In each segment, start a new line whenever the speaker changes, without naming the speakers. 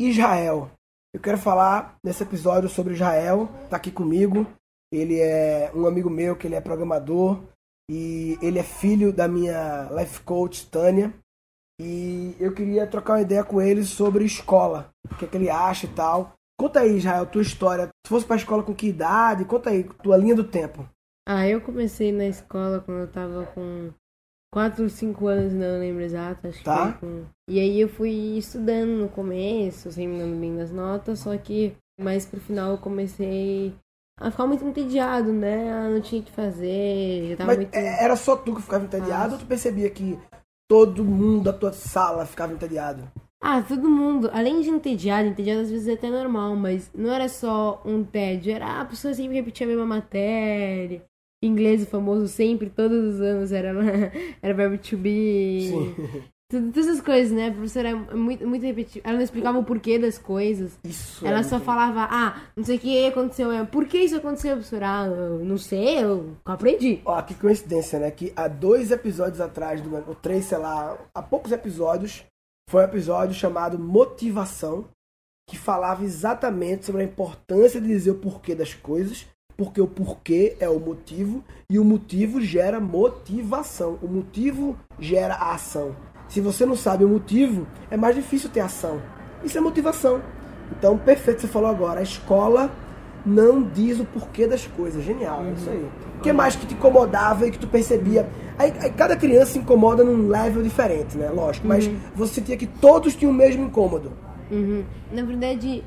Israel. Eu quero falar nesse episódio sobre Israel. Tá aqui comigo. Ele é um amigo meu que ele é programador e ele é filho da minha life coach Tânia. E eu queria trocar uma ideia com ele sobre escola, o que, é que ele acha e tal. Conta aí, Israel, tua história. Tu fosse pra escola com que idade? Conta aí, tua linha do tempo.
Ah, eu comecei na escola quando eu tava com 4, 5 anos, não lembro exato, acho
Tá.
que foi com... E aí eu fui estudando no começo, sem me dando bem das notas, só que mais pro final eu comecei a ficar muito entediado, né? Ah, não tinha o que fazer, já tava
Mas
Tá muito...
é- era só tu que ficava entediado
Ah.
ou tu percebia que todo mundo da tua sala ficava entediado?
Ah, todo mundo, além de entediado, entediado às vezes é até normal, mas não era só um tédio, era ah, a pessoa sempre repetia a mesma matéria. Inglês, o famoso sempre, todos os anos, era, era verbo to be. Tudo- Todas essas coisas, né? A professora é muito, muito repetitiva. Ela não explicava o porquê das coisas.
Isso.
Ela
é
só
muito-
falava, ah, não sei o que aconteceu. Eu, Por que isso aconteceu, professora? Ah, eu não sei, eu aprendi.
Ó, que coincidência, né? Que há dois episódios atrás, do, ou três, sei lá, há poucos episódios, foi um episódio chamado Motivação, que falava exatamente sobre a importância de dizer o porquê das coisas, porque o porquê é o motivo, e o motivo gera motivação. O motivo gera a ação. Se você não sabe o motivo, é mais difícil ter ação. Isso é motivação. Então, perfeito, você falou agora. A escola não diz o porquê das coisas. Genial, é isso
Uhum.
aí. O que mais que te incomodava e que tu percebia? Aí, aí cada criança se incomoda num level diferente, né? Lógico, mas você sentia que todos tinham o mesmo incômodo.
Uhum. Na verdade,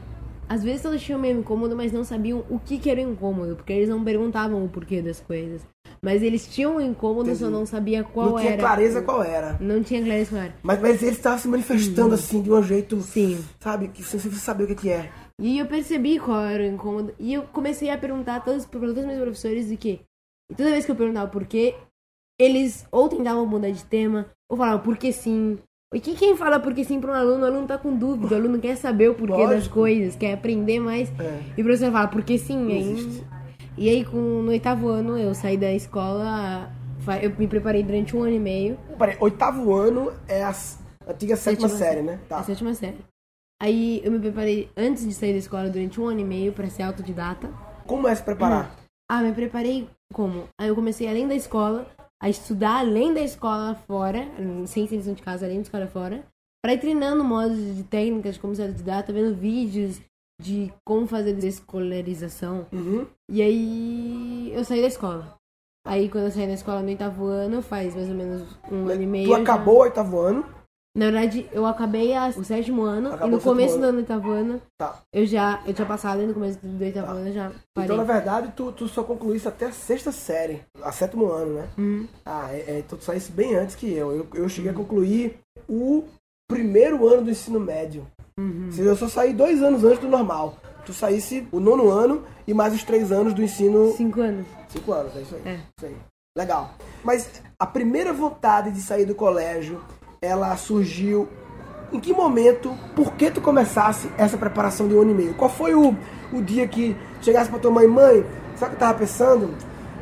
às vezes elas tinham meio incômodo, mas não sabiam o que, que era o incômodo, porque eles não perguntavam o porquê das coisas. Mas eles tinham o incômodo, só não sabia qual
não
era.
tinha clareza qual era.
Não tinha clareza qual era.
Mas, mas ele estava se manifestando assim, de um jeito.
Uhum. Sim.
Sabe? Que sem você saber o que, que é.
E eu percebi qual era o incômodo. E eu comecei a perguntar a todos, pra todos os meus professores do que. E toda vez que eu perguntava por quê, eles ou tentavam mudar de tema, ou falavam por que sim. E que quem fala por que sim pra um aluno, o aluno tá com dúvida, o aluno quer saber o porquê das
Lógico.
coisas, quer aprender mais.
É.
E o professor fala por que sim.
Não
aí-
existe.
E aí, com, no oitavo ano, eu saí da escola, fa- eu me preparei durante um ano e meio.
Peraí, oitavo ano é a s- antiga sétima, série, né? Tá.
A sétima série. Aí eu me preparei antes de sair da escola durante um ano e meio pra ser autodidata.
Como é se preparar?
Ah, me preparei como? Aí eu comecei além da escola, a estudar além da escola fora, sem seleção de casa, além da escola fora, pra ir treinando modos de técnicas de como se autodidata, vendo vídeos de como fazer desescolarização.
Uhum.
E aí eu saí da escola. Aí quando eu saí da escola no oitavo ano, faz mais ou menos um ano e meio.
tu
eu já-
acabou o oitavo ano.
Na verdade, eu acabei a- o sétimo ano
Acabou
e
o
no
sétimo
começo
ano.
do ano oitavo ano,
Tá.
eu já eu tinha passado e no começo do oitavo ano eu já parei.
Então, na verdade, tu, tu só concluísse até a sexta série, a sétimo ano, né?
Uhum.
Ah, é, é, então tu saísse bem antes que eu. Eu, eu
Hum.
cheguei a concluir o primeiro ano do ensino médio.
Uhum.
Se Eu só saí dois anos antes do normal. Tu saísse o nono ano e mais os três anos do ensino
Cinco anos.
Cinco anos, é isso aí.
É.
Isso aí. Legal. Mas a primeira vontade de sair do colégio, ela surgiu em que momento, por que tu começasse essa preparação de um ano e meio? Qual foi o, o dia que chegasse pra tua mãe, mãe, sabe o que eu tava pensando?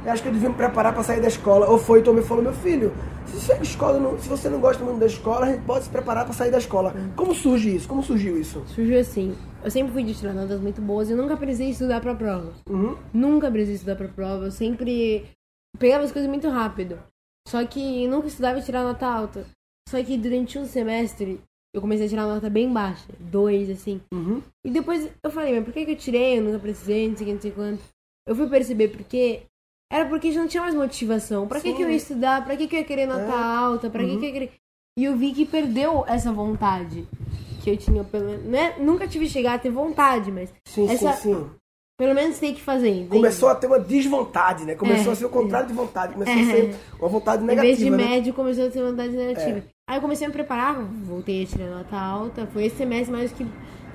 Eu acho que eu devia me preparar pra sair da escola. Ou foi, tua mãe falou, meu filho, se você, escola não- se você não gosta muito da escola, a gente pode se preparar pra sair da escola.
Hum.
Como surge isso? Como surgiu isso?
Surgiu assim. Eu sempre fui de tirar notas muito boas, eu nunca precisei estudar pra prova.
Uhum.
Nunca precisei estudar pra prova, eu sempre pegava as coisas muito rápido. Só que nunca estudava e tirava nota alta. Só que durante um semestre eu comecei a tirar nota bem baixa, dois assim.
Uhum.
E depois eu falei, mas por que, que eu tirei? Eu nunca precisei, não sei o que, não sei quanto. Eu fui perceber porque era porque já não tinha mais motivação. Pra que,
Sim.
que eu ia estudar? Pra que, que eu ia querer nota
É.
alta? Pra que, que eu ia querer. E eu vi que perdeu essa vontade que eu tinha, pelo menos. Né? Nunca tive que chegar a ter vontade, mas
Sim,
Essa-
sim, sim.
pelo menos tem que fazer. entende?
Começou a ter uma desvontade, né? Começou
É.
a ser o contrário de vontade. Começou
É.
a ser uma vontade
Em vez de
negativa, né?
médio, começou a ter vontade negativa. Aí eu comecei a me preparar, voltei a tirar nota alta. Foi esse semestre mais que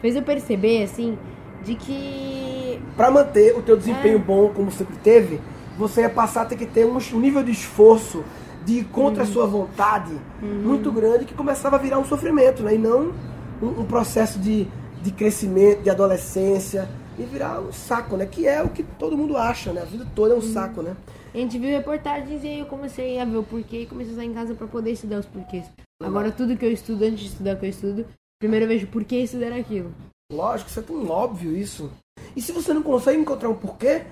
fez eu perceber, assim, de que
Pra manter o teu
É.
desempenho bom, como sempre teve, você ia passar a ter que ter um nível de esforço de ir contra a sua vontade
Uhum.
muito grande que começava a virar um sofrimento, né? E não um, um processo de, de crescimento, de adolescência. E virar um saco, né? Que é o que todo mundo acha, né? A vida toda é um saco, né?
A gente viu reportagens e aí eu comecei a ver o porquê e comecei a usar em casa pra poder estudar os porquês. Agora tudo que eu estudo, antes de estudar o que eu estudo, Primeiro eu vejo por que estudar aquilo.
Lógico, isso é tão óbvio isso. E se você não consegue encontrar um porquê,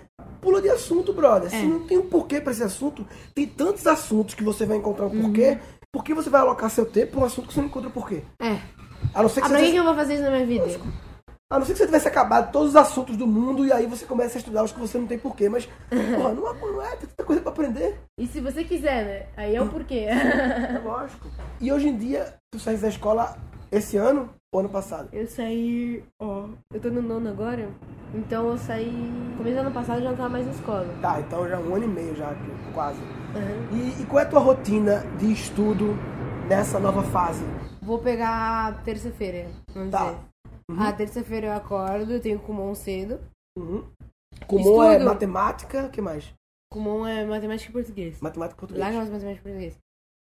pula de assunto, brother.
É.
Se não tem um porquê pra esse assunto, tem tantos assuntos que você vai encontrar um porquê, por que você vai alocar seu tempo pra um assunto que você não encontra um porquê?
É.
A não ser que você
Ah, pra que,
tivesse-
que eu vou fazer isso na minha vida?
A não ser que você tivesse acabado todos os assuntos do mundo e aí você começa a estudar os que você não tem porquê, mas, porra, não é, não é tem tanta coisa pra aprender.
E se você quiser, né? Aí é o porquê.
É lógico. E hoje em dia, tu saís da escola esse ano ou ano passado?
eu saí. Ó. Eu tô no nono agora. Então eu saí. Começo do ano passado eu já não tava mais na escola.
Tá, então já um ano e meio já, que- quase.
Aham.
E, e qual é a tua rotina de estudo nessa nova fase?
Vou pegar terça-feira, vamos
Tá.
dizer. A terça-feira eu acordo, eu tenho Kumon cedo.
Uhum. Como é
Estudo.
matemática, o que mais?
Kumon é matemática e português.
Matemática e
Lá
português.
que eu faço matemática e português.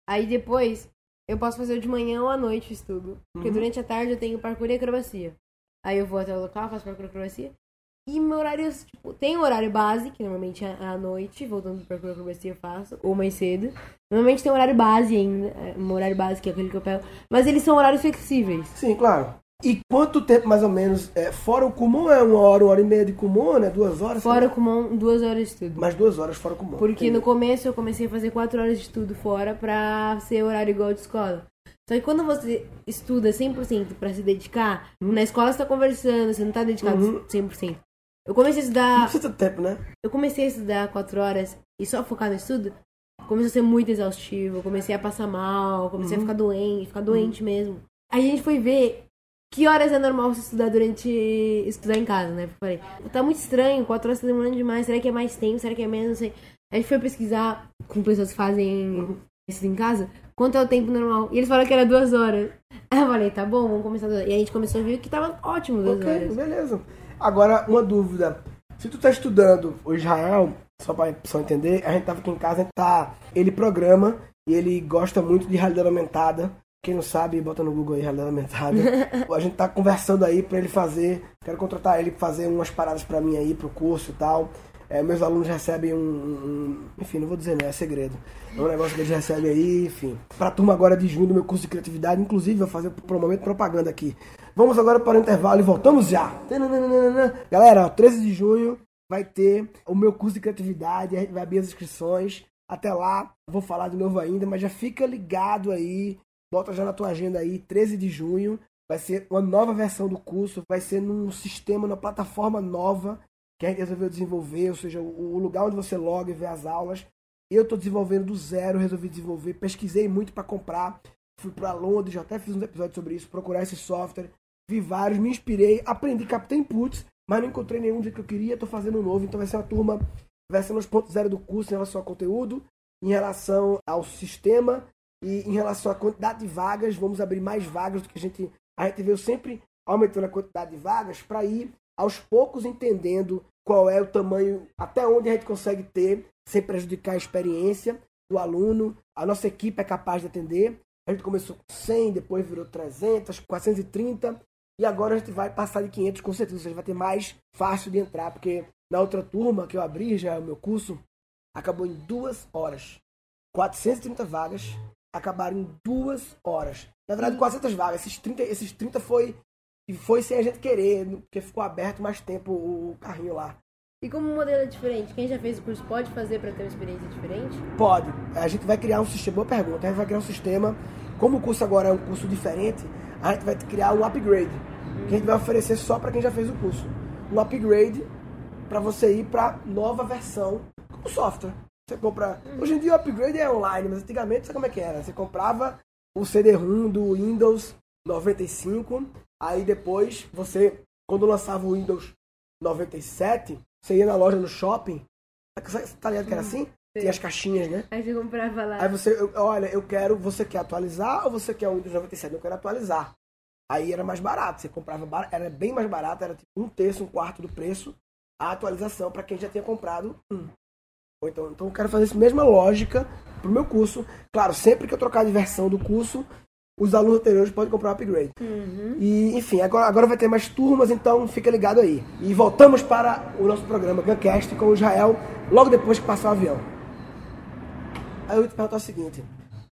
Aí depois, eu posso fazer de manhã ou à noite o estudo. Porque
Uhum.
durante a tarde eu tenho parkour e acrobacia. Aí eu vou até o local, faço parkour e acrobacia. E meu horário, tipo, tem um horário base, que normalmente é à noite, voltando do parkour e acrobacia eu faço, ou mais cedo. Normalmente tem um horário base ainda, é, um horário base que é aquele que eu pego. Mas eles são horários flexíveis.
Sim, claro. E quanto tempo, mais ou menos, é, fora o comum é uma hora, uma hora e meia de comum, né? Duas horas? sei
Fora
lá.
com mão, duas horas de estudo.
Mais duas horas fora o comum.
Porque no começo eu comecei a fazer 4 horas de estudo fora pra ser horário igual de escola. Só que quando você estuda 100% pra se dedicar, na escola você tá conversando, você não tá dedicado 100%. Eu comecei a
Não
estudar,
precisa de tempo, né?
eu comecei a estudar 4 horas e só focar no estudo, começou a ser muito exaustivo, eu comecei a passar mal, comecei a ficar doente, ficar doente mesmo. A gente foi ver que horas é normal você estudar durante estudar em casa, né? Eu falei, tá muito estranho, 4 horas tá demorando demais, será que é mais tempo, será que é menos, não sei. A gente foi pesquisar com pessoas que fazem isso em casa, quanto é o tempo normal. E eles falaram que era duas horas. Aí eu falei, tá bom, vamos começar duas. E a gente começou a ver que tava ótimo duas
Ok,
horas.
beleza. Agora, uma dúvida. Se tu tá estudando o Israel, só pra pessoa entender, a gente tava aqui em casa, a gente tá. Ele programa e ele gosta muito de realidade aumentada. Quem não sabe, bota no Google aí realidade aumentada. a gente tá conversando aí pra ele fazer. Quero contratar ele pra fazer umas paradas pra mim aí, pro curso e tal. É, meus alunos recebem um, um- Enfim, não vou dizer, né? É segredo. É um negócio que eles recebem aí, enfim. Pra turma agora de junho do meu curso de criatividade, inclusive, vou fazer por um momento propaganda aqui. Vamos agora para o intervalo e voltamos já. Tananana. Galera, ó, 13 de junho vai ter o meu curso de criatividade, aí vai abrir as inscrições. Até lá, vou falar de novo ainda, mas já fica ligado aí. Bota já na tua agenda aí, 13 de junho. Vai ser uma nova versão do curso, vai ser num sistema, numa plataforma nova que a gente resolveu desenvolver, ou seja, o o lugar onde você loga e vê as aulas. Eu estou desenvolvendo do zero, resolvi desenvolver, pesquisei muito para comprar, fui para Londres, já até fiz uns episódios sobre isso, procurar esse software, vi vários, me inspirei, aprendi Captain Inputs, mas não encontrei nenhum do que eu queria, estou fazendo um novo, então vai ser uma turma, vai ser 2.0 do curso em relação ao conteúdo, em relação ao sistema e em relação à quantidade de vagas, vamos abrir mais vagas do que a gente, a gente veio sempre aumentando a quantidade de vagas para ir aos poucos entendendo qual é o tamanho, até onde a gente consegue ter, sem prejudicar a experiência do aluno. A nossa equipe é capaz de atender. A gente começou com 100, depois virou 300, 430 e agora a gente vai passar de 500 com certeza. Ou seja, vai ter mais fácil de entrar, porque na outra turma que eu abri, já é o meu curso, acabou em duas horas. 430 vagas acabaram em duas horas. Na verdade, 400 vagas. Esses 30, esses 30 foi e foi sem a gente querer, porque ficou aberto mais tempo o carrinho lá.
E como o modelo é diferente, quem já fez o curso pode fazer pra ter uma experiência diferente?
Pode. A gente vai criar um sistema. Boa pergunta. A gente vai criar um sistema. Como o curso agora é um curso diferente, a gente vai criar um upgrade. Que a gente vai oferecer só para quem já fez o curso. Um upgrade para você ir para nova versão do software. Você compra. Hoje em dia o upgrade é online, mas antigamente sabe como é que era? Você comprava o CD-ROM do Windows 95, aí depois você, quando lançava o Windows 97, você ia na loja no shopping. Sabe- Tá ligado que era assim? Tem as caixinhas, né?
Aí você comprava lá.
Aí você, eu- olha, eu quero, você quer atualizar ou você quer o Windows 97? Eu quero atualizar. Aí era mais barato, você comprava, bar- era bem mais barato, era tipo um terço, um quarto do preço a atualização para quem já tinha comprado um. Ou então, então eu quero fazer essa mesma lógica pro meu curso. Claro, sempre que eu trocar de versão do curso, os alunos anteriores podem comprar um upgrade. E, enfim, agora, agora vai ter mais turmas, então fica ligado aí. E voltamos para o nosso programa Guncast com o Israel, logo depois que passar o avião. Aí eu te pergunto o seguinte: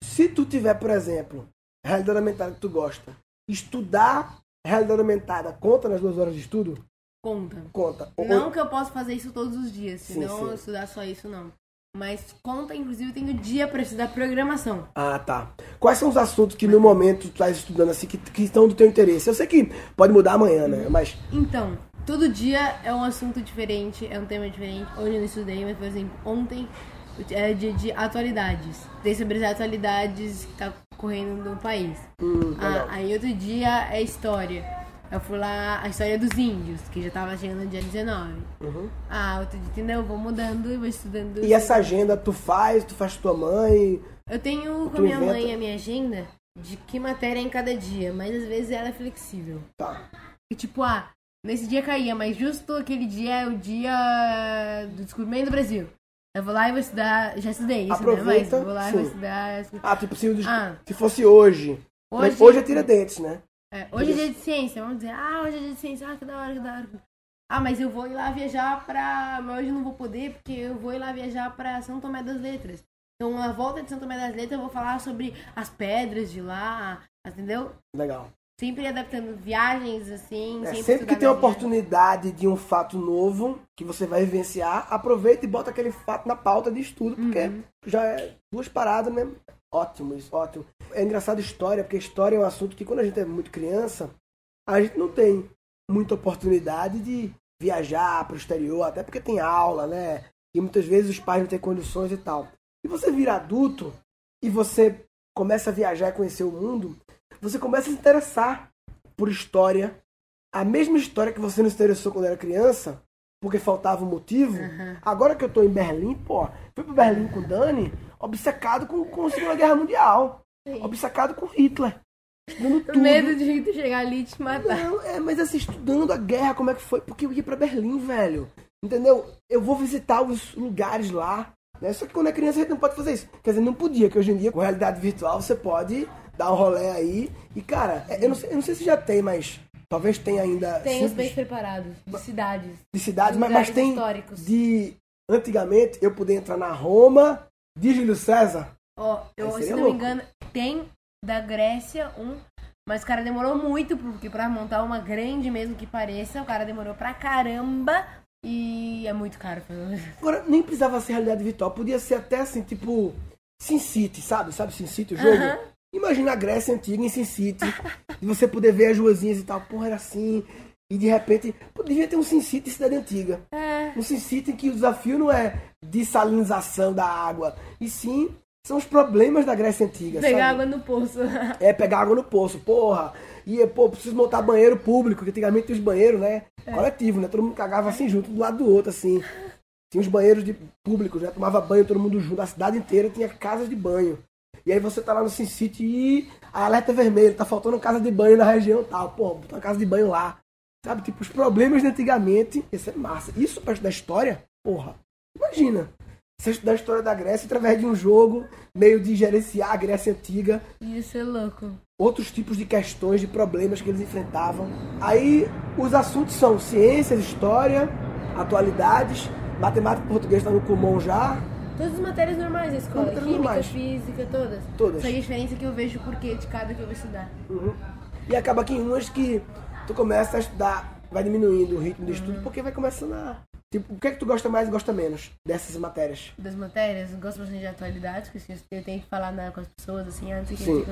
se tu tiver, por exemplo, a realidade aumentada que tu gosta, estudar realidade aumentada conta nas duas horas de estudo?
Conta.
Conta. Ou-
Não que eu possa fazer isso todos os dias,
Sim,
senão
sim.
eu estudar só isso, não. Mas conta, inclusive, eu tenho dia pra estudar programação.
Ah, tá. Quais são os assuntos que no momento tu estás estudando assim que, que estão do teu interesse? Eu sei que pode mudar amanhã, né? Mas
Então, todo dia é um assunto diferente, é um tema diferente. Hoje eu não estudei, mas, por exemplo, ontem era dia de atualidades. Tem sobre as atualidades que tá correndo no país.
hum,
Ah, aí outro dia é história. Eu fui lá, a história dos índios, que já tava chegando no dia 19. Ah, outro dia, entendeu? Eu vou mudando e vou estudando.
Uhum. e essa agenda tu faz, tu faz com tua mãe?
Eu tenho com a
Tu
minha
inventa-
mãe a minha agenda de que matéria é em cada dia, mas às vezes ela é flexível.
Tá.
E tipo, ah, nesse dia caía, mas justo aquele dia é o dia do descobrimento do Brasil. Eu vou lá e vou estudar, já estudei isso, né? Mas
Aproveita,
eu vou lá e
sim.
vou estudar. estudar.
Ah, tipo, se, o-
Ah.
se fosse hoje.
Hoje-
Hoje, hoje é tira dentes, né?
É, hoje é dia de ciência, vamos dizer, ah, hoje é dia de ciência, ah, que da hora, que da hora. Ah, mas eu vou ir lá viajar pra. Mas hoje eu não vou poder, porque eu vou ir lá viajar pra São Tomé das Letras. Então, na volta de São Tomé das Letras, eu vou falar sobre as pedras de lá, entendeu?
Legal.
Sempre adaptando viagens, assim.
É,
sempre
sempre que
estudar
tem uma
minha viagem.
oportunidade de um fato novo que você vai vivenciar, aproveita e bota aquele fato na pauta de estudo, porque já é duas paradas mesmo. Ótimo, isso, ótimo. É engraçado história, porque história é um assunto que quando a gente é muito criança, a gente não tem muita oportunidade de viajar para o exterior, até porque tem aula, né? E muitas vezes os pais não têm condições e tal. E você vira adulto e você começa a viajar e conhecer o mundo, você começa a se interessar por história, a mesma história que você não se interessou quando era criança, porque faltava um motivo. Agora que eu tô em Berlim, pô, fui pro Berlim com o Dani, obcecado com, com a Segunda Guerra Mundial, obcecado com Hitler. Estudando tudo.
Medo de tu chegar ali e te matar.
Não, é, mas assim, estudando a guerra, como é que foi? Porque eu ia pra Berlim, velho. Entendeu? Eu vou visitar os lugares lá. Né? Só que quando é criança a gente não pode fazer isso. Quer dizer, não podia, que hoje em dia, com realidade virtual, você pode dar um rolê aí. E, cara, é, eu não sei, eu não sei se já tem, mas talvez tenha ainda
Tem os
simples
bens preparados, de cidades.
de cidades, mas,
lugares
mas tem
históricos.
de. Antigamente eu podia entrar na Roma de Júlio César.
Ó, eu,
Aí seria
se não me
louco.
engano, tem da Grécia um, mas o cara demorou muito, porque pra montar uma grande mesmo que pareça, o cara demorou pra caramba e é muito caro. pelo menos.
Agora, nem precisava ser realidade virtual, podia ser até assim, tipo. Sin City, sabe? Sabe Sin City, o jogo? Imagina a Grécia antiga em Sin City, e você poder ver as ruazinhas e tal. Porra, era assim. E de repente, pô, devia ter um Sin City em cidade antiga.
É.
Um Sin City em que o desafio não é dessalinização da água, e sim são os problemas da Grécia antiga. sabe?
Pegar água no poço.
É pegar água no poço, porra. E, pô, preciso montar banheiro público, que antigamente tinha os banheiros, né? Coletivo, né? Todo mundo cagava assim junto, do lado do outro, assim. Tinha os banheiros de públicos, né? Tomava banho todo mundo junto. A cidade inteira tinha casas de banho. E aí você tá lá no Sin City e a alerta é vermelha, tá faltando casa de banho na região e tal. Pô, botar uma casa de banho lá. Sabe? Tipo, os problemas de antigamente. Isso é massa. Isso perto da história, porra. Imagina. Você estudar a história da Grécia através de um jogo, meio de gerenciar a Grécia antiga
Isso é louco.
outros tipos de questões, de problemas que eles enfrentavam. Aí os assuntos são ciências, história, atualidades, matemática e português está no Kumon já.
Todas as matérias normais da escola,
Matérias
química,
normais.
física, todas.
Todas.
Só que a diferença é que eu vejo o porquê de cada que eu vou estudar.
Uhum. E acaba que em umas que tu começa a estudar, vai diminuindo o ritmo do estudo, porque vai começando a. Tipo, o que é que tu gosta mais e gosta menos dessas matérias?
das matérias, eu gosto bastante de atualidades, porque assim, eu tenho que falar na- com as pessoas, assim, antes que
Sim.
eu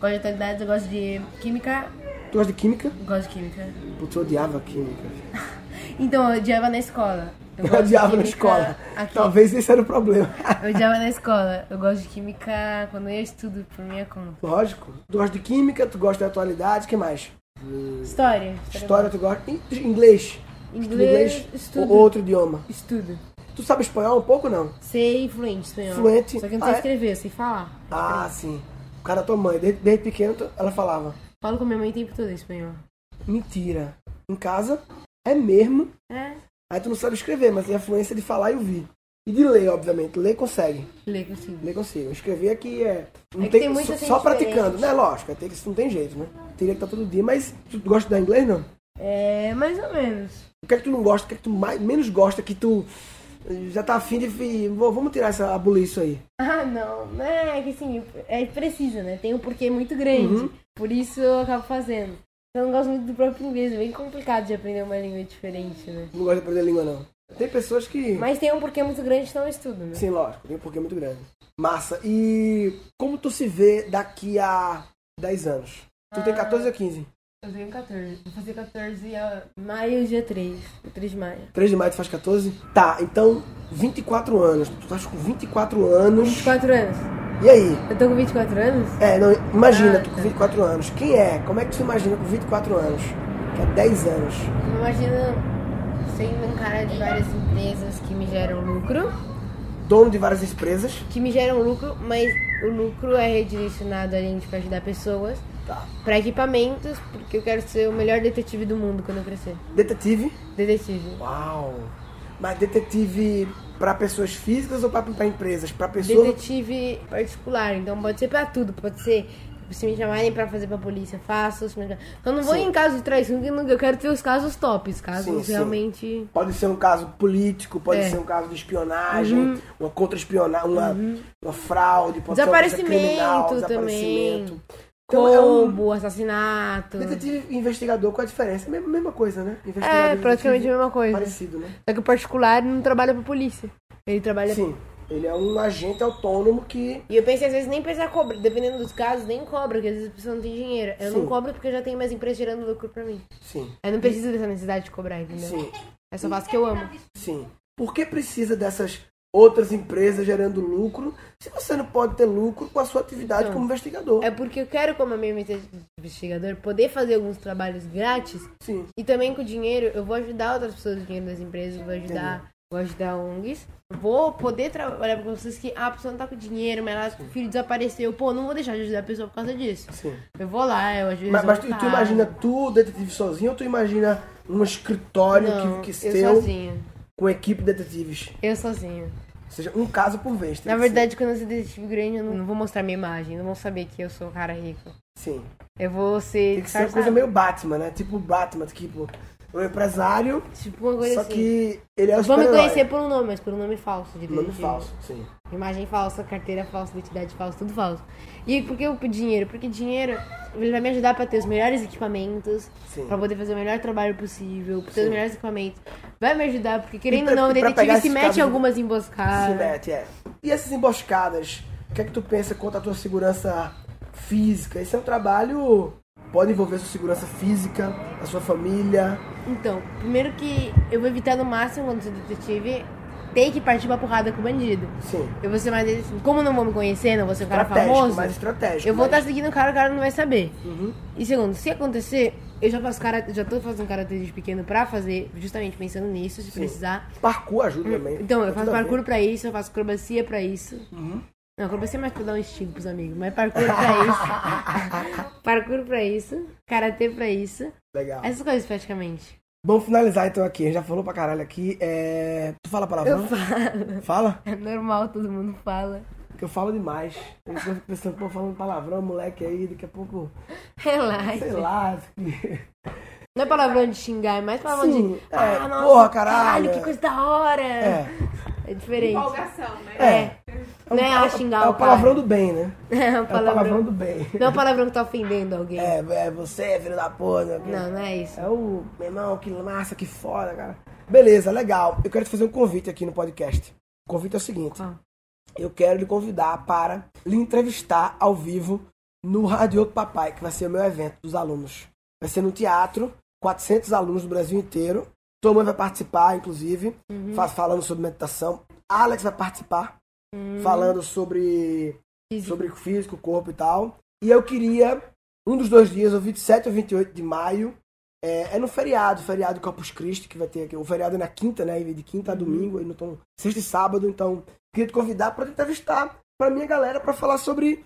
gosto de atualidades, eu gosto de química,
Tu gosta de química?
eu gosto de química.
Putz, eu odiava química.
Então, eu odiava na escola.
Eu
gosto de
odiava na
química
escola. Tá
Aqui.
Talvez esse era o problema.
Eu odiava na escola. Eu gosto de química quando eu estudo por minha conta.
Lógico. Tu gosta de química, tu gosta de atualidade, o que mais?
História.
História, tu gosta. In- Inglês. Estuda
Tá Inglês,
Ou
estudo.
outro idioma.
Estudo.
Tu sabe espanhol um pouco, não?
Sei fluente espanhol.
Fluente.
Só que eu não
Ah,
sei
é?
escrever, eu sei falar.
Ah, sim. O cara, tua mãe, desde, desde pequeno, tu- ela falava.
Falo com minha mãe o tempo todo em espanhol.
Mentira. Em casa, é mesmo.
É.
Aí tu não sabe escrever, mas tem a fluência de falar e ouvir. E de ler, obviamente. Ler consegue.
Ler consigo.
Ler consigo. Escrever aqui é. Não
É que tem muita
só,
gente
só praticando,
diferente.
né? Lógico, é ter que- isso não tem jeito, né? Teria que estar todo dia. Mas tu gosta de dar inglês, não?
É, mais ou menos.
O que é que tu não gosta? O que é que tu mais, menos gosta que tu Já tá afim de. fi- vô, Vamos tirar essa abolição aí.
Ah, não. né? É que assim, é precisa, né? Tem um porquê muito grande.
Uhum.
Por isso eu acabo fazendo. Eu não gosto muito do próprio inglês, é bem complicado de aprender uma língua diferente, né?
Não gosto de aprender língua, não. Tem pessoas que.
Mas tem um porquê muito grande, então eu estudo, né?
Sim, lógico, tem um porquê muito grande. Massa. E como tu se vê daqui a 10 anos? Tu
Ah.
tem 14 a 15.
Eu tenho 14. Vou fazer 14 a maio, é dia 3. dia 3 de maio.
3 de maio tu faz 14? Tá, então 24 anos. Tu tá com 24 anos.
24 anos.
E aí?
Eu tô com 24 anos?
É, não, imagina,
Ah,
tu com
tá.
24 anos. Quem é? Como é que tu se imagina com 24 anos? Que é 10 anos.
Me Imagino sendo um cara de várias empresas que me geram lucro.
Dono de várias empresas.
Que me geram lucro, mas o lucro é redirecionado a gente pra ajudar pessoas.
Tá.
Pra equipamentos, porque eu quero ser o melhor detetive do mundo quando eu crescer.
Detetive.
Detetive.
Uau. Mas detetive pra pessoas físicas ou pra, pra empresas? Pra pessoa.
Detetive particular, então pode ser pra tudo, pode ser. Se me chamarem pra fazer pra polícia, faço. Se me... Então, Eu não vou
Sim.
em casos de traição, que não- eu quero ter os casos tops,
Sim,
casos
sim.
realmente.
Pode ser um caso político, pode
É. Uhum.
ser um caso de espionagem, uma contra-espionagem, uma, uma fraude, pode ser uma coisa
Desaparecimento
criminal,
também.
desaparecimento. Então é um
Combo, assassinato.
detetive e investigador, qual a diferença? Mesma, mesma coisa, né? Investigador
É,
e
praticamente a
detetive,
mesma coisa.
Parecido, né?
Só que o particular não trabalha pra polícia. Ele trabalha.
Sim, ele é um agente autônomo que...
E eu pensei, às vezes nem precisa cobrar, dependendo dos casos, nem cobra, porque às vezes a pessoa não tem dinheiro. Eu
Sim.
não cobro porque eu já tenho minhas empresas gerando lucro pra mim.
Sim,
Eu não preciso dessa necessidade de cobrar, entendeu?
sim,
Eu só faço o que eu amo.
sim. Por que precisa dessas outras empresas gerando lucro se você não pode ter lucro com a sua atividade
Então,
como investigador?
É porque eu quero, como a minha missão de investigador, poder fazer alguns trabalhos grátis
Sim,
e também com o dinheiro eu vou ajudar outras pessoas com o dinheiro das empresas, vou ajudar, vou ajudar ONGs. Vou poder trabalhar com pessoas que, ah, a pessoa não tá com dinheiro, mas ela, o filho desapareceu. Pô, não vou deixar de ajudar a pessoa por causa disso.
sim.
Eu vou lá, eu ajudo
Mas,
eles
mas
a
tu,
voltar.
tu imagina tu, detetive, sozinho ou tu imagina um escritório
Não,
que, que
eu
seu
sozinha.
com equipe de detetives?
Eu sozinha.
Ou seja, um caso por vez. tem
Na
que
verdade, quando eu ser detetive grande, eu não, não vou mostrar minha imagem, não vou saber que eu sou um cara rico.
ser- Sim.
Eu vou ser.
Tem que ser uma coisa
disfarçada.
meio Batman, né? Tipo Batman, tipo, um empresário,
Tipo uma coisa
só
assim.
que ele é o
Vão me
super-herói.
conhecer por um nome, mas por um nome falso de
Nome
detetive.
falso, sim.
Imagem falsa, carteira falsa, identidade falsa, tudo falso. E por que o dinheiro? Porque dinheiro ele vai me ajudar pra ter os melhores equipamentos,
Sim.
pra poder fazer o melhor trabalho possível, pra ter os
Sim.
melhores equipamentos. Vai me ajudar, porque querendo
pra-
ou não, o
pra pegar
detetive se
esses
mete
casos-
em algumas
Se
emboscadas.
mete, é. E essas emboscadas, o que é que tu pensa quanto à tua segurança física? Esse é um trabalho... Pode envolver sua segurança física, a sua família.
Então, primeiro que eu vou evitar no máximo quando sou detetive ter que partir pra porrada com o bandido.
Sim.
Eu vou ser mais assim, como não vão me conhecer, não vou ser um cara
estratégico,
famoso.
mais estratégico.
Eu vou
mas-
estar seguindo o cara, o cara não vai saber.
Uhum.
E segundo, se acontecer, eu já faço cara, já tô fazendo karatê desde pequeno pra fazer, justamente pensando nisso, se
Sim.
precisar.
Parkour ajuda também.
Então, eu
Tá
faço
tudo a ver.
parkour pra isso, eu faço acrobacia pra isso.
Uhum.
Não, acrobacia é mais pra dar um estilo pros amigos, mas parkour pra isso. parkour pra isso, karatê pra isso.
Legal.
Essas coisas praticamente.
Vamos finalizar então aqui. A gente já falou pra caralho aqui. É... Tu fala palavrão?
Eu falo.
Fala?
É normal, todo mundo fala.
Que eu falo demais. Eu fico pensando, pô, falando palavrão, moleque aí, daqui a pouco.
Relaxa.
Sei lá.
Não é palavrão de xingar, é mais palavrão
Sim,
de.
é, porra, caralho.
que coisa da hora!
É.
É diferente.
Empolgação, né?
É.
Não é a xingar
É
o
o palavrão do bem, né?
cara. É o
É o palavrão do bem.
Não é um palavrão que tá ofendendo alguém.
É, é você, filho da porra. né?
Não, não é isso.
É o meu irmão, que massa, que foda, cara. Beleza, legal. Eu quero te fazer um convite aqui no podcast. O convite é o seguinte:
Qual?
eu quero lhe convidar para lhe entrevistar ao vivo no Radio do Papai, que vai ser o meu evento dos alunos. Vai ser no teatro, 400 alunos do Brasil inteiro. Tua mãe vai participar, inclusive, fa- falando sobre meditação. Alex vai participar, falando sobre
Físico.
sobre físico, corpo e tal. E eu queria, um dos dois dias, ou 27 ou 28 de maio, é, é no feriado, feriado Corpus Christi, que vai ter aqui. O feriado é na quinta, né? De quinta a domingo, aí não tão, sexta e sábado. Então, queria te convidar para entrevistar pra minha galera para falar sobre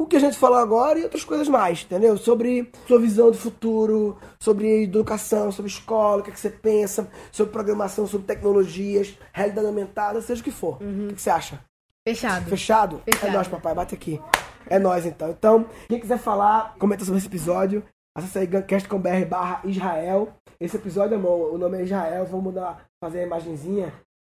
o que a gente falou agora e outras coisas mais, entendeu? Sobre sua visão do futuro, sobre educação, sobre escola, o que, é que você pensa, sobre programação, sobre tecnologias, realidade aumentada, seja o que for. O que que você acha?
Fechado.
Fechado?
Fechado.
É nóis, papai. Bate aqui. É nóis, então. Então, quem quiser falar, comenta sobre esse episódio. Acesse aí guncast.com.br barra Israel. Esse episódio, amor, o nome é Israel. Vou mudar, fazer a imagenzinha.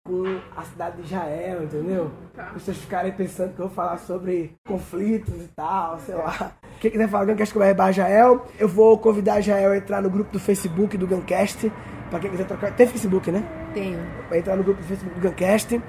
com a cidade de Israel, entendeu?
Tá.
As pessoas ficarem pensando que eu vou falar sobre conflitos e tal, sei lá. Quem quiser falar do Guncast com barra Jael, eu vou convidar a Jael a entrar no grupo do Facebook do Guncast. Pra quem quiser trocar. Tem Facebook, né?
Tenho.
Vai entrar no grupo do Facebook do Guncast.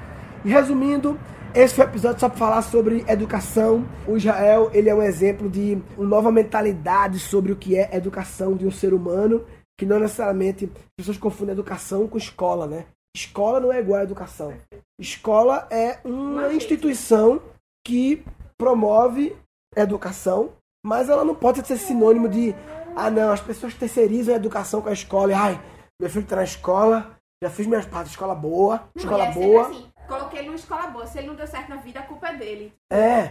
E resumindo, esse foi o episódio só para falar sobre educação. O Israel, ele é um exemplo de uma nova mentalidade sobre o que é educação de um ser humano, que não necessariamente as pessoas confundem educação com escola, né? Escola não é igual a educação. Escola é uma instituição que promove educação, mas ela não pode ser sinônimo de ah não, as pessoas terceirizam a educação com a escola. E, Ai, meu filho tá na escola, já fiz minhas partes, escola boa, escola
E é sempre
boa.
Assim, coloquei ele numa escola boa. Se ele não deu certo na vida, a culpa é dele.
É,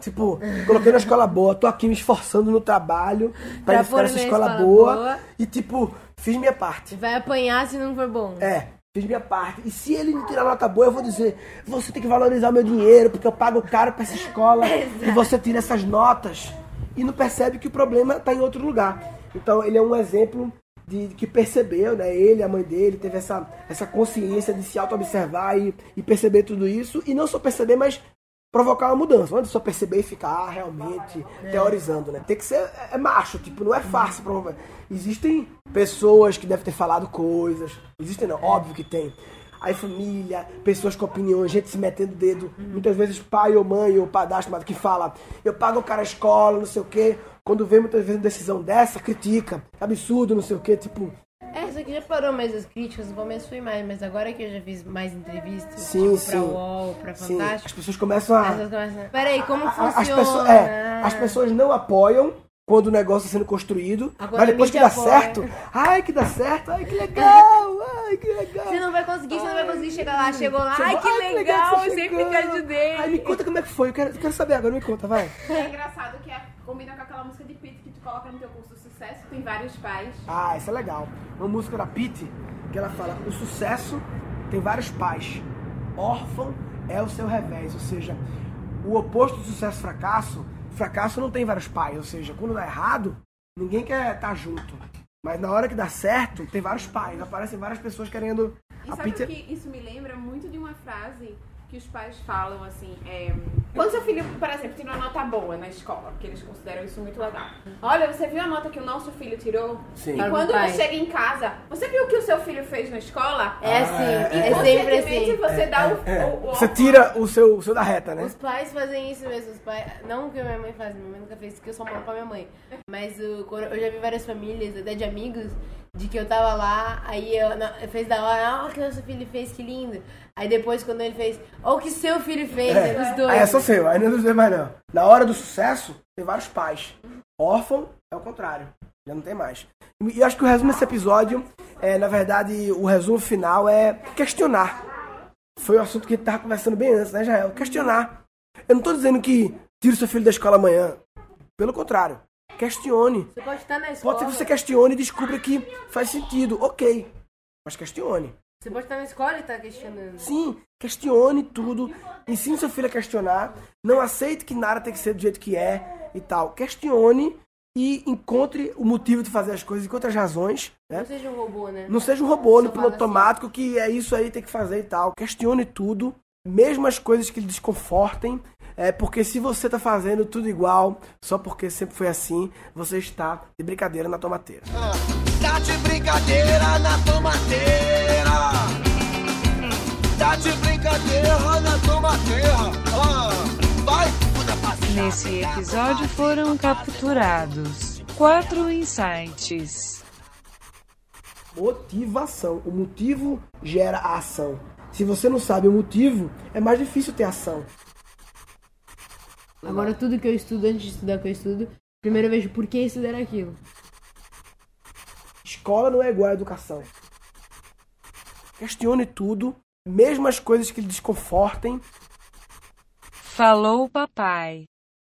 tipo, coloquei na escola boa, tô aqui me esforçando no trabalho pra ele ficar
pôr
nessa
na
escola,
escola
boa,
boa.
e tipo, fiz minha parte.
Vai apanhar se não for bom.
É, fiz minha parte. E se ele me tirar nota boa, eu vou dizer, você tem que valorizar o meu dinheiro, porque eu pago caro pra essa escola e você tira essas notas e não percebe que o problema tá em outro lugar. Então ele é um exemplo de, de que percebeu, né? Ele, a mãe dele, teve essa, essa consciência de se auto-observar e, e perceber tudo isso, e não só perceber, mas provocar uma mudança. Não é só perceber e ficar realmente teorizando, né? Tem que ser é, é macho, tipo, não é fácil provocar. Existem pessoas que devem ter falado coisas. Existem
É.
não, óbvio que tem. Aí família, pessoas com opiniões, gente se metendo o dedo.
Uhum.
Muitas vezes pai ou mãe ou padrasto mas que fala, eu pago o cara a escola, não sei o quê. Quando vê muitas vezes uma decisão dessa, critica. "É Absurdo, não sei o quê, tipo,
É, só que já parou mais as críticas, no começo foi mais, mas agora que eu já fiz mais entrevistas
Sim,
tipo, pra
sim.
UOL, pra
assim, as
Fantástico,
pessoas começam a.
as pessoas começam. Peraí, como
A-
funciona?
a- As pessoas, é, as pessoas não apoiam quando o negócio está sendo construído,
Agora
mas depois
a
que dá
mídia apoia.
certo, ai que dá certo, ai que legal, ai que legal.
Você não vai conseguir, você não vai conseguir chegar lá. Chegou lá, ai
Chegou,
que
que
legal,
que
eu
você
sempre
chegou.
te ajudei.
Ai, me conta como é que foi, eu quero, eu quero saber agora, me conta, vai.
É engraçado que é- combina com aquela música de Pete que tu coloca no teu curso de sucesso. Tem vários pais.
Ah, isso é legal. Uma música da Pete, que ela fala, o sucesso tem vários pais. Órfão é o seu revés, ou seja, o oposto do sucesso e fracasso, fracasso não tem vários pais, ou seja, quando dá errado, ninguém quer estar junto. Mas na hora que dá certo, tem vários pais, aparecem várias pessoas querendo
E
a
sabe
Pete. é-
o que isso me lembra muito de uma frase que os pais falam assim, é, quando seu filho, por exemplo, tira uma nota boa na escola, porque eles consideram isso muito legal. Olha, você viu a nota que o nosso filho tirou?
Sim.
E
Para o
quando
pai.
você chega em casa, você viu o que o seu filho fez na escola?
É assim,
E
é sempre
constantemente
assim.
você dá o,
É,
o- o-
você tira o seu, o seu da reta, né?
Os pais fazem isso mesmo, os pais. Não que minha mãe faz, minha mãe nunca fez, que eu sou mal pra minha mãe. Mas o, quando- eu já vi várias famílias, até de amigos, de que eu tava lá, aí eu, na- fez da hora, ó, que nosso filho fez, que lindo. Aí depois, quando ele fez, ó, o que seu filho fez, é, dos dois.
Aí é só seu, aí não é dos dois mais não. Na hora do sucesso, tem vários pais. Órfão é o contrário, já não tem mais. E eu acho que o resumo desse episódio, é, na verdade, o resumo final é questionar. Foi o assunto que a gente tava conversando bem antes, né, Jael? Questionar. Eu não tô dizendo que tire seu filho da escola amanhã. Pelo contrário, questione.
Você pode estar na escola.
Pode ser que você questione e descubra que faz sentido. Ok, mas questione.
Você pode estar na escola e tá questionando.
Sim, questione tudo. Ensine seu filho a questionar. Não aceite que nada tem que ser do jeito que é e tal. Questione e encontre o motivo de fazer as coisas, encontre as razões. Né?
Não seja um robô, né?
Não seja um robô no
Só
piloto
fala assim.
automático que é isso aí, tem que fazer e tal. Questione tudo, mesmo as coisas que lhe desconfortem. É porque se você tá fazendo tudo igual, só porque sempre foi assim, você está de brincadeira na tomateira.
Tá de brincadeira na tomateira. Tá de brincadeira na tomateira. Ah, vai, muda pra
Nesse episódio foram capturados quatro insights.
Motivação. O motivo gera a ação. Se você não sabe o motivo, é mais difícil ter ação.
Agora tudo que eu estudo, antes de estudar o que eu estudo, primeiro eu vejo por que estudar aquilo.
Escola não é igual à educação. Questione tudo, mesmo as coisas que lhe desconfortem.
Falou papai.